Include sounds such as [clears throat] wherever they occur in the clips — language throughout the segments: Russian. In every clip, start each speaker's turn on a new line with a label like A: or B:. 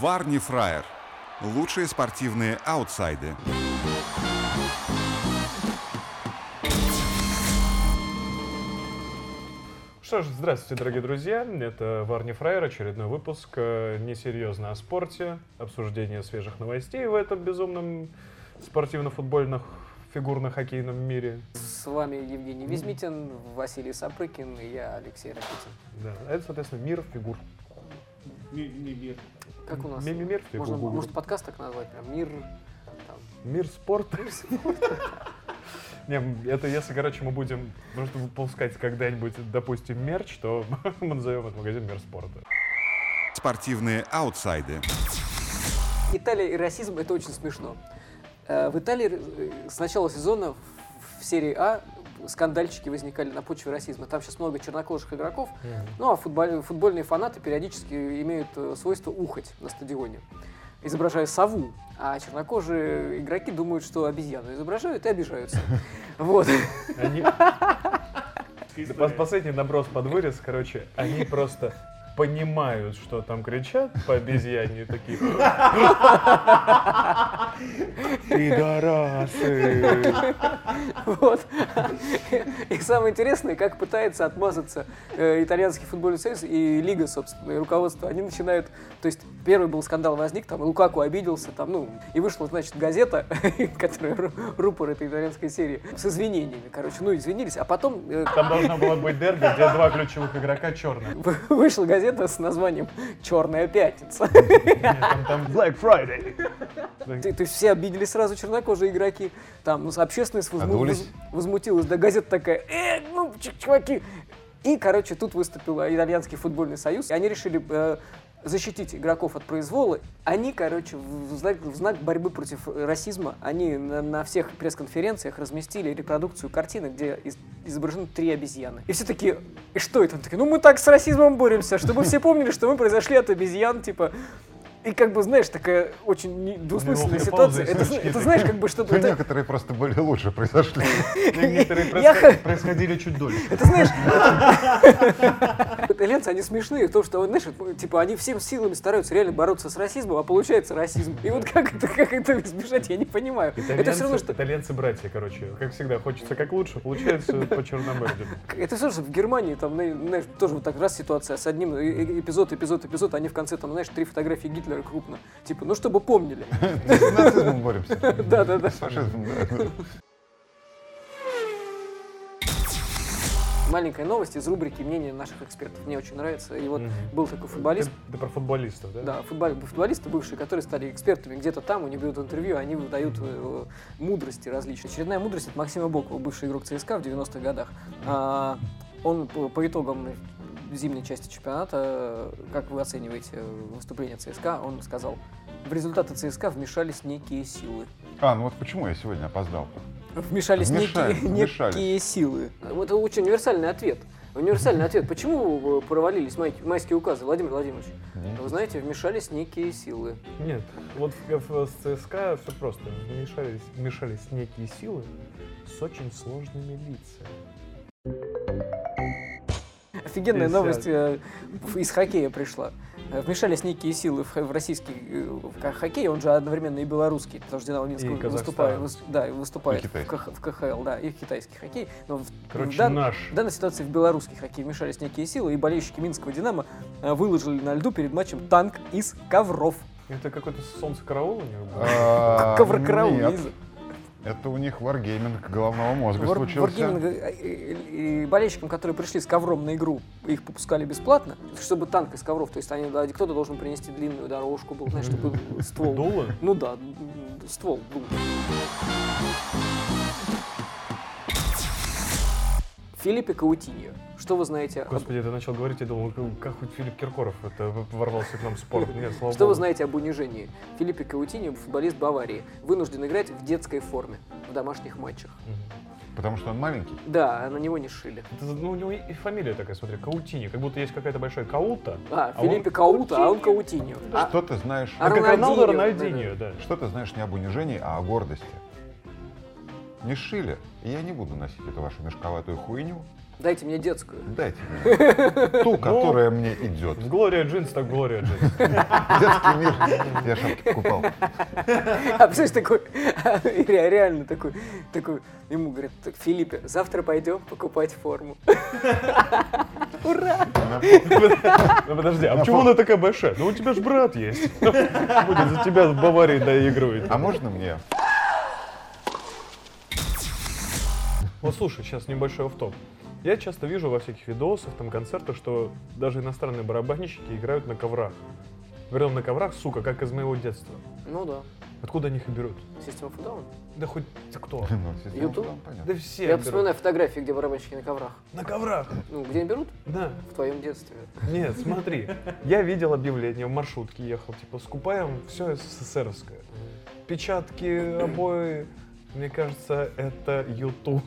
A: Варни Фраер. Лучшие спортивные аутсайды.
B: Что ж, здравствуйте, дорогие друзья. Это Варни Фраер, очередной выпуск э, «Несерьезно о спорте», обсуждение свежих новостей в этом безумном спортивно-футбольных фигурно-хоккейном мире.
C: С вами Евгений Визмитин, Василий Сапрыкин и я, Алексей Ракитин.
B: Да, это, соответственно, мир фигур.
D: Ми- ми- мир.
C: Как у нас?
B: Ми-ми-мир фигур.
C: Можно, может, подкаст так назвать? Прям мир... там,
B: Мир спорта. [laughs] Не, это если, короче, мы будем, может, выпускать когда-нибудь, допустим, мерч, то [laughs] мы назовем этот магазин «Мир спорта».
A: Спортивные аутсайды.
C: Италия и расизм – это очень смешно. Э, В Италии э, с начала сезона в- в серии А скандальчики возникали на почве расизма. Там сейчас много чернокожих игроков. Ну, а футболь- футбольные фанаты периодически имеют э, свойство ухать на стадионе, изображая сову. А чернокожие игроки думают, что обезьяну изображают и обижаются. Вот.
B: Они... Да, пос- Последний наброс под вырез, короче, они просто понимают, что там кричат по обезьяне, и такие... Пидорасы!
C: Вот. И самое интересное, как пытается отмазаться э, итальянский футбольный союз и лига, собственно, и руководство. Они начинают... То есть первый был скандал возник, там Лукаку обиделся, там, ну, и вышла, значит, газета, [laughs] которая ру- рупор этой итальянской серии, с извинениями, короче. Ну, извинились, а потом э, [laughs]
B: Там должно было быть дерби, где два ключевых игрока черных.
C: вы- вышла газета с названием «Черная пятница».
B: Там, там Black Friday.
C: Ты- То есть все обиделись сразу чернокожие игроки. Там ну, общественность возму-
A: Надулись?
C: воз- возмутилась. Да газета такая, э, ну, ч- чуваки. И, короче, тут выступил э, Итальянский футбольный союз. И они решили э, защитить игроков от произвола. Они, короче, в в знак, в знак борьбы против э, расизма, они на, на всех пресс-конференциях разместили репродукцию картины, где из- изображены три обезьяны. И все такие, и что это? Он такие, ну мы так с расизмом боремся, чтобы все помнили, что мы произошли от обезьян, типа... И как бы, знаешь, такая очень не- двусмысленная
B: Неловкая
C: ситуация.
B: пауза и
C: Это, зна-
B: смешки
C: это
B: такие.
C: знаешь, как бы, чтобы...
E: Ну,
C: Это,
E: некоторые просто были лучше произошли.
B: Ну, Некоторые
C: Я
B: происход- происходили чуть дольше.
C: это знаешь... Итальянцы, они смешные в том, что, знаешь, вот, типа, они всем силами стараются реально бороться с расизмом, а получается расизм. И вот как это, как это избежать, я не понимаю. это все равно,
B: Итальянцы,
C: что...
B: итальянцы братья, короче. Как всегда, хочется как лучше, получается по черномырдям.
C: Это все же в Германии, там, на- знаешь, тоже вот так раз ситуация с одним, и- и- эпизод, эпизод, эпизод, они в конце, там, знаешь, три фотографии Гитлера крупно. Типа, ну, чтобы помнили.
E: С нацизмом боремся.
C: Да-да-да.
E: С фашизмом, да.
C: Маленькая новость из рубрики «Мнение наших экспертов». Мне очень нравится. И вот был такой
B: Ты,
C: футболист,
B: ты про футболистов, да?
C: Да, футбол- футболисты бывшие, которые стали экспертами где-то там, у них берут интервью, они выдают э, мудрости различные. Очередная мудрость от Максима Бокова, бывший игрок ЦСКА в 90-х годах. А, он по, по итогам зимней части чемпионата, э, как вы оцениваете э, выступление ЦСКА, он сказал, в результаты ЦСКА вмешались некие силы.
E: А, ну вот почему я сегодня опоздал?
C: Вмешались
E: Вмешали-
C: некие,
E: вмешались.
C: некие силы. Вот это очень универсальный ответ. Универсальный ответ. Почему э, провалились май- майские указы, Владимир Владимирович? Вы знаете, вмешались некие силы.
B: Нет, вот в, в- с ЦСКА все просто. Мешались, мешались некие силы с очень сложными лицами.
C: Офигенная
B: Пятьдесят.
C: новость э, в- из хоккея пришла. Э, Вмешались некие силы в, х- в российский э, в х- хоккей, он же одновременно и белорусский, потому что «Динамо Минск»
B: И
C: вы-
B: казахстанский.
C: выступает, выс- да, и выступает
E: И
C: в,
E: китайский.
C: Кх- в КХЛ, да, и в китайский хоккей. Но в,
B: Короче,
C: в дан-
B: наш.
C: в данной ситуации в белорусский хоккей вмешались некие силы, и болельщики Минского «Динамо» э, выложили на льду перед матчем танк из ковров.
B: Это какое-то солнце караул у него было?
E: А,
C: Коврокраул,
E: нет.
C: Лиза.
E: Это у них варгейминг головного мозга
C: Вар-
E: случился.
C: Wargaming, э, э, э, болельщикам, которые пришли с ковром на игру, их попускали бесплатно, чтобы танк из ковров, то есть они, да, кто-то должен принести длинную дорожку, был, знаешь, чтобы ствол.
B: Дуло?
C: Ну да, м, ствол дул. Филиппе Каутиньо. Что вы знаете? об-
B: Господи, ты начал говорить, я думал, ну, как хоть Филипп Киркоров это ворвался к нам в спорт. Нет, слава
C: Что вы
B: богу.
C: знаете об унижении? Филиппе Каутиньо, футболист Баварии, вынужден играть в детской форме в домашних матчах.
B: Мгм.
E: Потому что он маленький.
C: Да, на него не шили.
B: Это, ну, у него и и фамилия такая, смотри, Каутини. Как будто есть какая-то большая Каута.
C: А,
B: он
C: Филиппе Каута, а он Каутиньо. А-
E: Что ты знаешь?
C: А
B: Как Роналдо
C: Рональдиньо,
B: Рональдиньо, да.
E: Что ты знаешь не об унижении, а о гордости? Не шили. И я не буду носить эту вашу мешковатую хуйню.
C: Дайте мне детскую.
E: Дайте
C: [laughs]
E: мне
C: Ну,
E: ту, которая мне идет.
B: Глория Джинс, так Глория Джинс.
E: Детский мир. Я шапки покупал.
C: А представляешь, такой, [laughs] ре- реально такой, такой, ему говорят, «Так, Филиппе, завтра пойдем покупать форму. [laughs]
B: Ну, Подожди, а почему она такая большая? Ну у тебя же брат есть. Будет за тебя в Баварии доигрывает.
E: А можно мне?
B: Вот слушай, сейчас небольшой офф-топ. Я часто вижу во всяких видосах, там концертах, что даже иностранные барабанщики играют на коврах. Прям на коврах, сука, как из моего детства.
C: Ну да,
B: Откуда они их и берут?
C: система фудаун.
B: Да хоть ты [laughs] кто?
E: Ну, система
C: Ютуб?
E: там понятно.
B: Да все
C: Я
B: берут.
C: вспоминаю фотографии, где барабанщики на коврах.
B: На коврах.
C: Ну, где они берут?
B: Да.
C: В твоем детстве.
B: Нет, смотри. Я видел объявление, в маршрутке ехал, типа, скупаем все СССРовское. Печатки, обои. Мне кажется, это YouTube.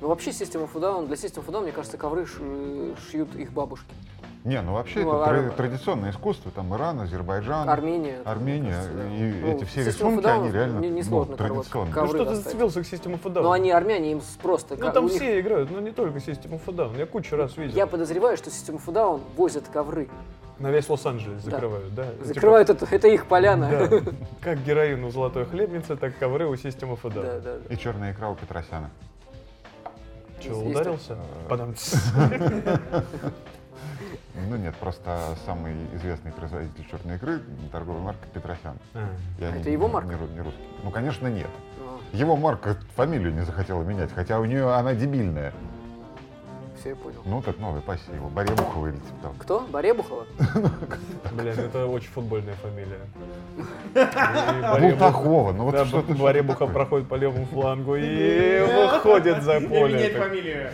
C: Ну, вообще, система фудаун, для системы фудаун, мне кажется, ковры ш- шьют их бабушки.
E: Не, ну вообще
C: Ну,
E: это тра-
C: а-
E: традиционное искусство. Там Иран, Азербайджан,
C: Армения.
E: А, ну, Армения.
C: Мне кажется, да.
E: И
C: Ну,
E: эти все
C: System of
E: рисунки,
C: Down
E: они реально
C: не-
E: ну,
C: несложно, короче,
E: традиционные.
C: как-
B: Ну
C: Ковры
B: что ты
C: достать.
B: зацепился к систему Down?
C: Ну, они армяне, им с- просто...
B: Ну
C: ко-
B: там
C: у них-
B: все играют, но не только систему Down. Я кучу раз видел.
C: Я подозреваю, что систему фудаун возят ковры.
E: Типа.
B: На весь Лос-Анджелес
C: Да.
B: закрывают, да. Типа,
C: [laughs] Закрывают это, это их поляна.
B: да. Как героин у золотой хлебницы, так ковры у системы Down.
C: Да, да, да.
E: И черная икра у Петросяна.
B: Че,
C: Есть- есть
B: ударился? Потом
E: Ну нет, просто самый известный производитель черной икры – торговая марка Петросян.
B: А.
E: И они
C: это его
E: не-
C: марка?
E: Не, ру- не русские. Ну, конечно, нет.
C: Ну,
E: Его марка фамилию не захотела менять, хотя у нее она дебильная.
C: все, я понял.
E: Ну, так новый пассив, его Баребухова или типа того.
C: Кто?
B: [laughs]
C: Баребухова?
B: Блин, это очень футбольная
E: [laughs]
B: фамилия.
E: Бултахова, ну вот
B: Да,
E: что-то... что-то
B: Баребуха
E: такое.
B: проходит по левому флангу
C: [laughs]
B: и выходит за
D: И менять
B: поле.
D: фамилию.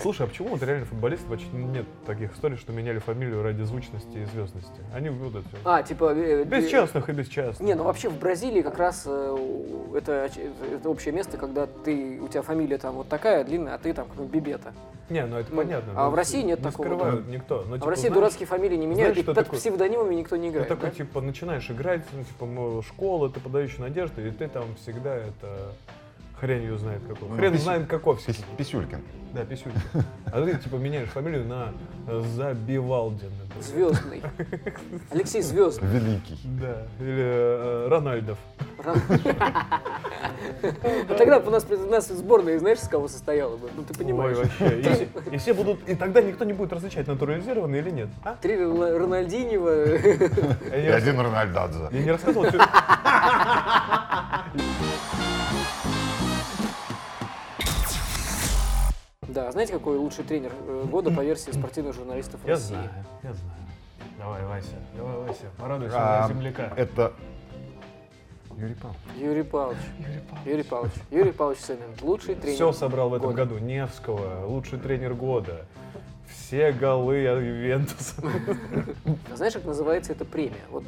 B: Слушай, а почему вот реально футболистов почти нет таких историй, что меняли фамилию ради звучности и звездности? Они вот это...
C: А, типа... э, э,
B: Без частных и без частных.
C: Не, ну вообще в Бразилии как раз э, у- это, оч- это общее место, когда ты, у тебя фамилия там вот такая длинная, а ты там какой-нибудь Бибета.
B: Не, ну это
C: Ну,
B: понятно.
C: а
B: ну,
C: в России нет
B: не
C: такого,
B: скрывают никто. Ну,
C: А
B: типа,
C: в России
B: знаешь,
C: дурацкие фамилии не меняют,
B: знаешь,
C: и
B: что
C: под
B: такое?
C: псевдонимами никто не
B: Ты
C: играет.
B: такой,
C: да?
B: типа, начинаешь играть, ну, типа, мол, школа, ты подаешь надежды, и ты там всегда это... Хрен ее знает какой.
E: Ну,
B: Хрен
E: пись-
B: знает какой все.
E: Пис- Писюлькин.
B: Да, писюльки. А ты, типа, меняешь фамилию на э, Забивалдин. например. [laughs]
C: Звездный. Алексей Звездный.
E: Великий.
B: Да, или э, Рональдов.
C: Ран- А тогда бы у нас, у нас сборная, знаешь, с кого состояла бы? Ну ты понимаешь.
B: Ой, вообще. И, все- и все будут, и тогда никто не будет различать, натурализированный или нет. А?
C: Три Рона- Рональдинева.
B: Я не
E: И один Рональдадзе.
B: Я не рассказывал, что...
C: [laughs] Да, знаете, какой лучший тренер э, года по версии спортивных журналистов
B: Я
C: России?
B: знаю, я знаю. Давай, Вася, давай, Вася, порадуй
E: А,
B: своего земляка.
E: Это... Юрий Павлович.
C: [laughs] Юрий Павлович. Юрий Павлович. Юрий Павлович Семин. Лучший тренер.
B: Все собрал в этом
C: года.
B: году. Невского, лучший тренер года. Все голы от
C: [laughs]
B: Ювентуса.
C: А Знаешь, как называется эта премия? Вот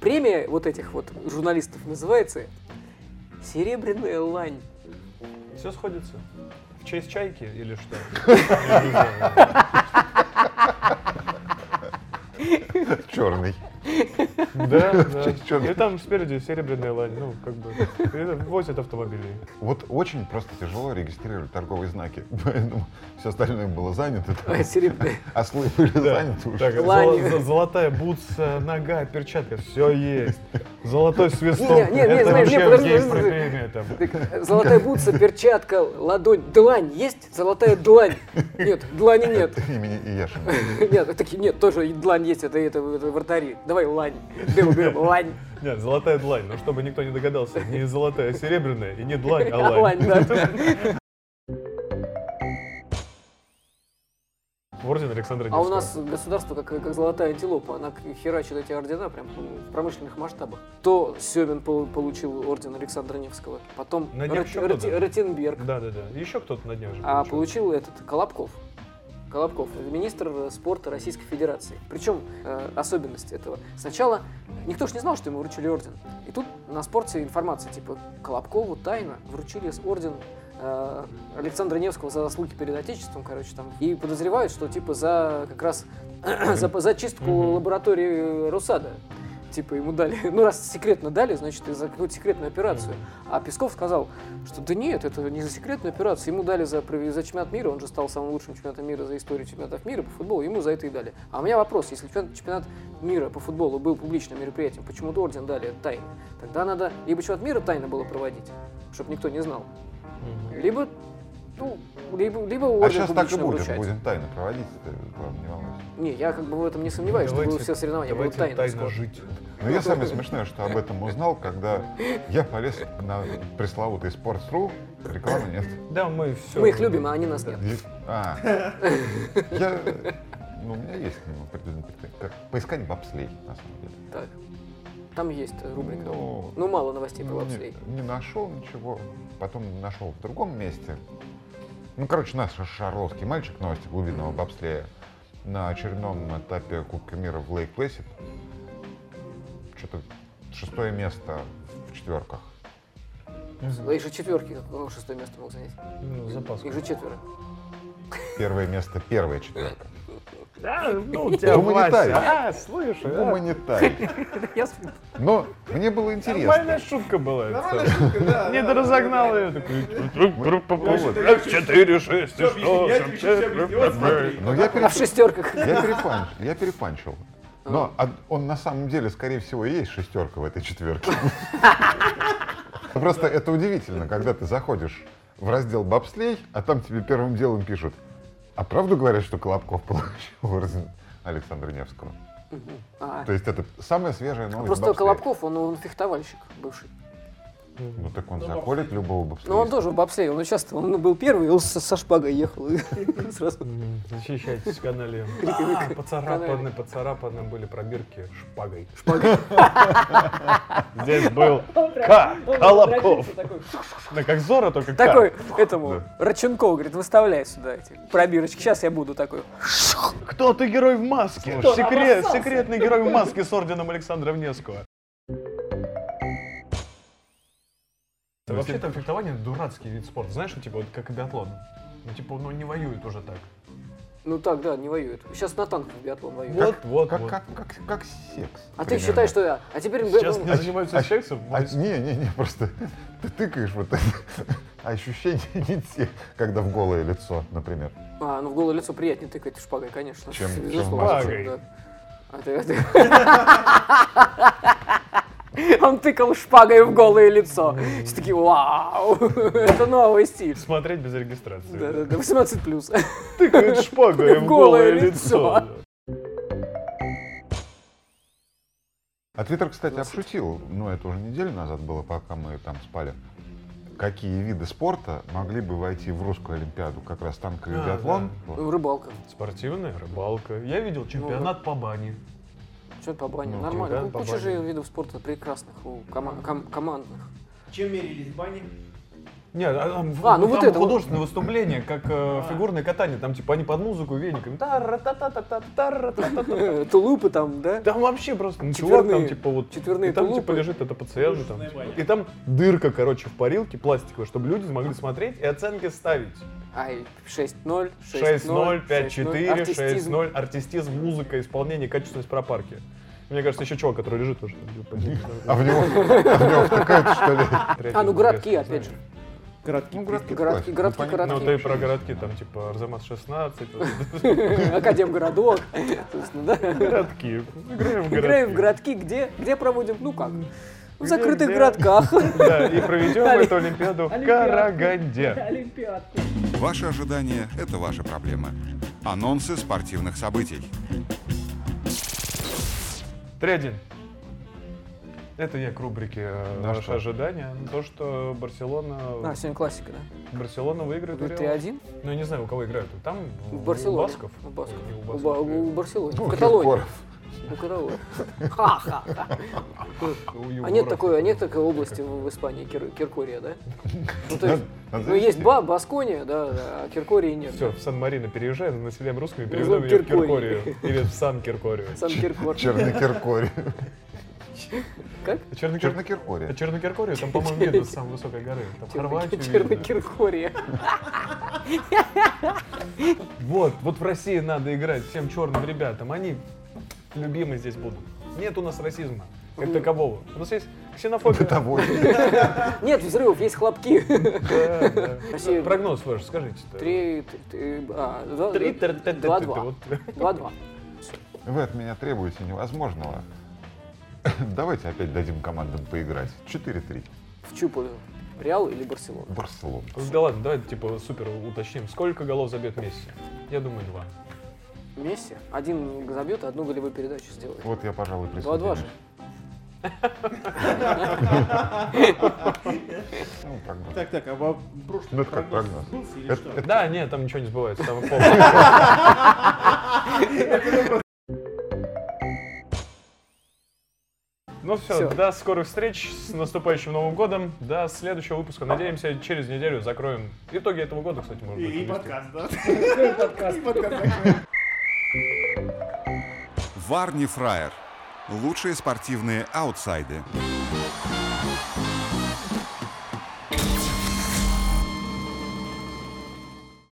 C: премия вот этих вот журналистов называется Серебряная лань.
B: Все сходится. В честь чайки или
E: [laughs]
B: что?
E: Черный.
B: Да, да.
E: честь чёрного.
B: И там спереди серебряная лань, ну, как бы, это возят автомобили.
E: Вот очень просто тяжело регистрировать торговые знаки, [laughs] поэтому все остальное было занято.
C: Ой, [laughs] серебряная.
E: Ослы были
B: Да.
E: заняты
B: Так,
E: уже.
B: золо-
C: Лань.
B: зо- золотая бутса, нога, перчатка, все есть. Золотой свисток.
C: Не, не, не,
B: Это
C: знаешь, не,
B: вообще
C: подожди,
B: есть
C: подожди.
B: премия там.
C: Так, Золотая бутса, перчатка, ладонь, длань есть? Золотая длань. Нет, длани
E: [laughs]
C: нет.
E: Имени Ияшина.
C: Нет, такие, нет, тоже и длань есть, это, это, это вратари. Давай лань. Берем, берем, лань.
B: Нет, золотая длань, но чтобы никто не догадался, не золотая, а серебряная, и не длань, а
C: Лань,
B: лань.
C: да.
B: Орден Александра
C: А у
B: Невского.
C: нас государство, как, как золотая антилопа, она к- херачит эти ордена прям ну, в промышленных масштабах. То Семин пол- получил орден Александра Невского, потом
B: На днях
C: Рот-
B: еще кто-то.
C: Роти- Ротенберг,
B: Да-да-да, еще кто-то на днях же
C: а
B: получил.
C: получил этот Колобков. Колобков, министр э, спорта Российской Федерации. Причем э, особенность этого. Сначала никто же не знал, что ему вручили орден. И тут на спорте информация, типа, Колобкову тайно вручили с- орден э, Александра Невского за заслуги перед Отечеством, короче, там. И [clears throat] подозревают, что, типа, за как раз за, за чистку лаборатории Русада. Типа ему дали, ну раз секретно дали, значит и за какую-то секретную операцию. А Песков сказал, что да нет, это не за секретную операцию, ему дали за, пров- за чемпионат мира, он же стал самым лучшим чемпионатом мира за историю чемпионатов мира по футболу, ему за это и дали. А у меня вопрос, если чемпионат, чемпионат мира по футболу был публичным мероприятием, почему то орден дали тайно? Тогда надо либо чемпионат мира тайно было проводить, чтобы никто не знал, либо, ну, либо, либо орден
E: А сейчас так и
C: публично
E: будет,
C: вручать.
E: будем тайно проводить, это главное, не волнуйся.
C: Не, я как бы в этом не сомневаюсь, что будут все соревнования будут тайно.
B: жить.
E: Но я самое смешное, что об этом узнал, когда я полез на пресловутый Sports.ru, рекламы нет.
B: Да, мы все.
C: Мы их любим, а они нас нет.
E: И- А, я, ну, у меня есть к нему определенный претензии. Как поискать бобслей, на самом деле.
C: Так. Там есть э, рубрика.
E: Ну,
C: Ну, мало новостей про
E: ну,
C: бобслей.
E: не, не нашел ничего, потом нашел в другом месте. Ну, короче, наш шарлотский мальчик, новости глубинного бобслея, на очередном этапе Кубка мира в Лейк Плэсид, что-то шестое место в четверках.
C: А Их же четверки, как он шестое место мог занять.
B: Ну, запас.
C: Их же четверо.
E: Первое место, первая четверка.
B: Да, ну, у тебя
E: Гуманитарий.
B: власть. А, слышь, а?
E: Гуманитарий.
C: Я сплю.
E: Но мне было интересно.
B: Нормальная шутка была.
D: Нормальная шутка, да.
B: Не
D: да, да.
B: доразогнал ее. Такой, группа
E: поводу.
B: Э, Четыре, шесть, ты
D: Всё,
B: что?
D: объясняй, ты ещё всё объяснила, смотри.
E: Но я
C: [laughs] А в
E: пере-
B: [laughs]
C: шестерках.
E: Я перепанч, я перепанчил. Но од- он на самом деле, скорее всего, и есть шестерка в этой
C: [laughs]
E: четверке. Ну, Просто это удивительно, когда ты заходишь в раздел бобслей, а там тебе первым делом пишут, а правду говорят, что Колобков получил орден Александра Невского?
C: А,
E: То есть это самая свежая новость
C: Просто
E: бобслея.
C: Колобков, он, он фехтовальщик бывший.
E: Ну так он заколет любого бобслея.
C: Но Ну, он тоже в бобслее, он участвовал. Он ну, был первый, и он со, со шпагой ехал. и [laughs] Сразу.
B: М, Защищайтесь, канали. Поцарапаны, поцарапаны были пробирки шпагой. Здесь был К. Колобков. Да как Зора, только К.
C: Такой этому Раченкову говорит, выставляй сюда эти пробирочки. Сейчас я буду такой.
B: Кто ты герой в маске? Секрет, секретный герой в маске с орденом Александра Невского. Да вообще там фехтование дурацкий вид спорта. Знаешь, что, типа вот как и биатлон. Ну типа, ну не воюют уже так.
C: Ну так, да, не воюет. Сейчас на танках биатлон воюет.
B: Вот, вот,
E: Как,
B: вот.
E: как, как, как секс.
C: А ты
E: примерно.
C: считаешь, что я... А теперь...
B: Сейчас
C: ну,
B: не занимаются сексом.
E: А, не, не, не, просто ты тыкаешь вот это. А Ощущения [laughs] не те, когда в голое лицо, например.
C: А, ну в голое лицо приятнее тыкать шпагой, конечно.
E: Чем- чем
C: Безусловно,
B: маской.
C: да. А ты- а ты- [laughs] Он тыкал шпагой в голое лицо. Все такие, вау, [laughs] это новый стиль.
B: Смотреть без регистрации.
C: Да-да-да, 18 плюс. [laughs]
B: Тыкают шпагой
C: В
B: в
C: голое
B: голое
C: лицо.
B: лицо.
E: А Твиттер, кстати, обшутил, но это уже неделю назад было, пока мы там спали. Какие виды спорта могли бы войти в русскую Олимпиаду? Как раз танковый
B: А,
E: биатлон. Вот.
C: Рыбалка.
B: Спортивная рыбалка. Я видел чемпионат по бане.
C: Что по бане?
E: Ну,
C: Нормально.
B: да, по
C: Куча же
B: бане.
C: видов спорта прекрасных, у кома- ком- командных. [laughs]
D: Чем мерились в бане?
B: Нет, а там,
C: А, ну вот
B: там
C: это вот.
B: художественное выступление, как э, фигурное катание. Там типа они под музыку веником. Та-ра-та-та-та-та-та-ра-та-та-та.
C: Тулупы там, да?
B: Там вообще просто ну, чувак там
C: Четверные-
B: типа вот
C: четверные
B: и там
C: тулупы.
B: типа лежит это пациент там, типа,
D: баня.
B: и там дырка короче в парилке пластиковая, чтобы люди могли смотреть и оценки ставить.
C: Ай, 6-0,
B: 6-0,
C: 6-0,
B: 5-4,
C: артистизм.
B: 6-0, артистизм, музыка, исполнение, качественность пропарки. Мне кажется, еще чувак, который лежит уже. типа,
C: [laughs]
E: А в него, [laughs] а в него втыкают, что ли?
C: А, ну городки, опять же.
E: Ну, городки, классика.
C: Городки, городки,
E: Ну, понятно.
B: Ну, ты
C: городки.
B: про городки, там, типа, Арзамас 16, вот [laughs] это
C: [laughs] Академгородок. Собственно, ну да.
B: городки. Играем в городки.
C: Играем в городки, где, где проводим, ну как, в
B: Где-
C: закрытых
B: где? [laughs]
C: городках.
B: Да, и проведем
C: Оли-
B: эту Олимпиаду в Караганде.
F: Олимпиадку.
A: Ваши ожидания – это ваша проблема. Анонсы спортивных событий.
B: 3-1. Это я к рубрике э,
E: На
B: «Наши
E: что?
B: ожидания». То, что
C: А,
B: Барселона,
C: сегодня классика, да?
B: Барселона выиграет у
C: Ты
B: Реала.
C: один?
B: Ну, я не знаю, у кого играют. Там у-
C: В Барселоне.
B: У Басков.
C: У Басков.
B: Ой, не у
C: У
B: Басков,
C: Ба-
B: э,
C: у Барселоны.
E: Ну,
C: В Каталонии.
E: Киркоров.
B: [laughs]
C: У Каталонии. Ха-ха-ха.
B: у Юго
C: А нет
B: Рахматова.
C: такой, а нет такой области в в Испании, Кир-
B: [laughs]
C: Киркория, да? Ну, то
E: Надо-
C: есть,
E: надо
C: ну, есть
E: завести.
C: Ба, Баскония, да, да, а Киркории нет.
B: Все, в Сан-Марино переезжаем, населяем русскими,
C: Ну,
B: переведем
C: в
B: ее в
C: Киркорию.
B: Киркорию. Или в Сан-Киркорию.
C: Сам Киркор.
E: Чернокиркорий.
C: Как?
B: Чернокир- А
E: Чернокиркорий.
B: Чернокиркорию, там, по-моему, видно с самой высокой горы. Там Хорватию видно.
C: Чернокиркория.
B: Вот, вот в России надо играть всем черным ребятам. Они любимы здесь будут. Нет у нас расизма. как такового. У нас есть ксенофобия.
E: Бытовой.
C: Нет взрывов, есть хлопки.
B: Да, да.
C: Спасибо.
B: Прогноз ваш, скажите.
C: Три... т- т- а, два-
B: Три, тр- тр- тр- тр-
C: Два-два.
B: вот.
C: Два-два.
E: Вы от меня требуете невозможного. [coughs] Давайте опять дадим командам поиграть. 4-3.
C: В чью пользу? Реал или Барселона?
E: Барселона.
B: Да ладно, давайте типа супер уточним. Сколько голов забьет Месси? Я думаю, два.
C: Месси. Один забьет, одну голевую передачу сделает.
E: Вот я, пожалуй,
C: Два-два же.
E: присоединюсь. [laughs] Ну, прогноз.
D: Так, так, а во- прошлый
E: Ну, это как
D: прогноз
E: прогноз.
D: сбылся или
E: Это-
D: что?
E: это-
B: [laughs] Да, нет, там ничего не сбывается, там полностью. Ну все,
C: Всё.
B: до скорых встреч с наступающим Новым годом, до следующего выпуска. Надеемся, через неделю закроем итоги этого года, кстати, может быть.
D: И и
B: подвести.
D: подкаст, да? И подкаст такой.
A: Варни Фраер. Лучшие спортивные аутсайды.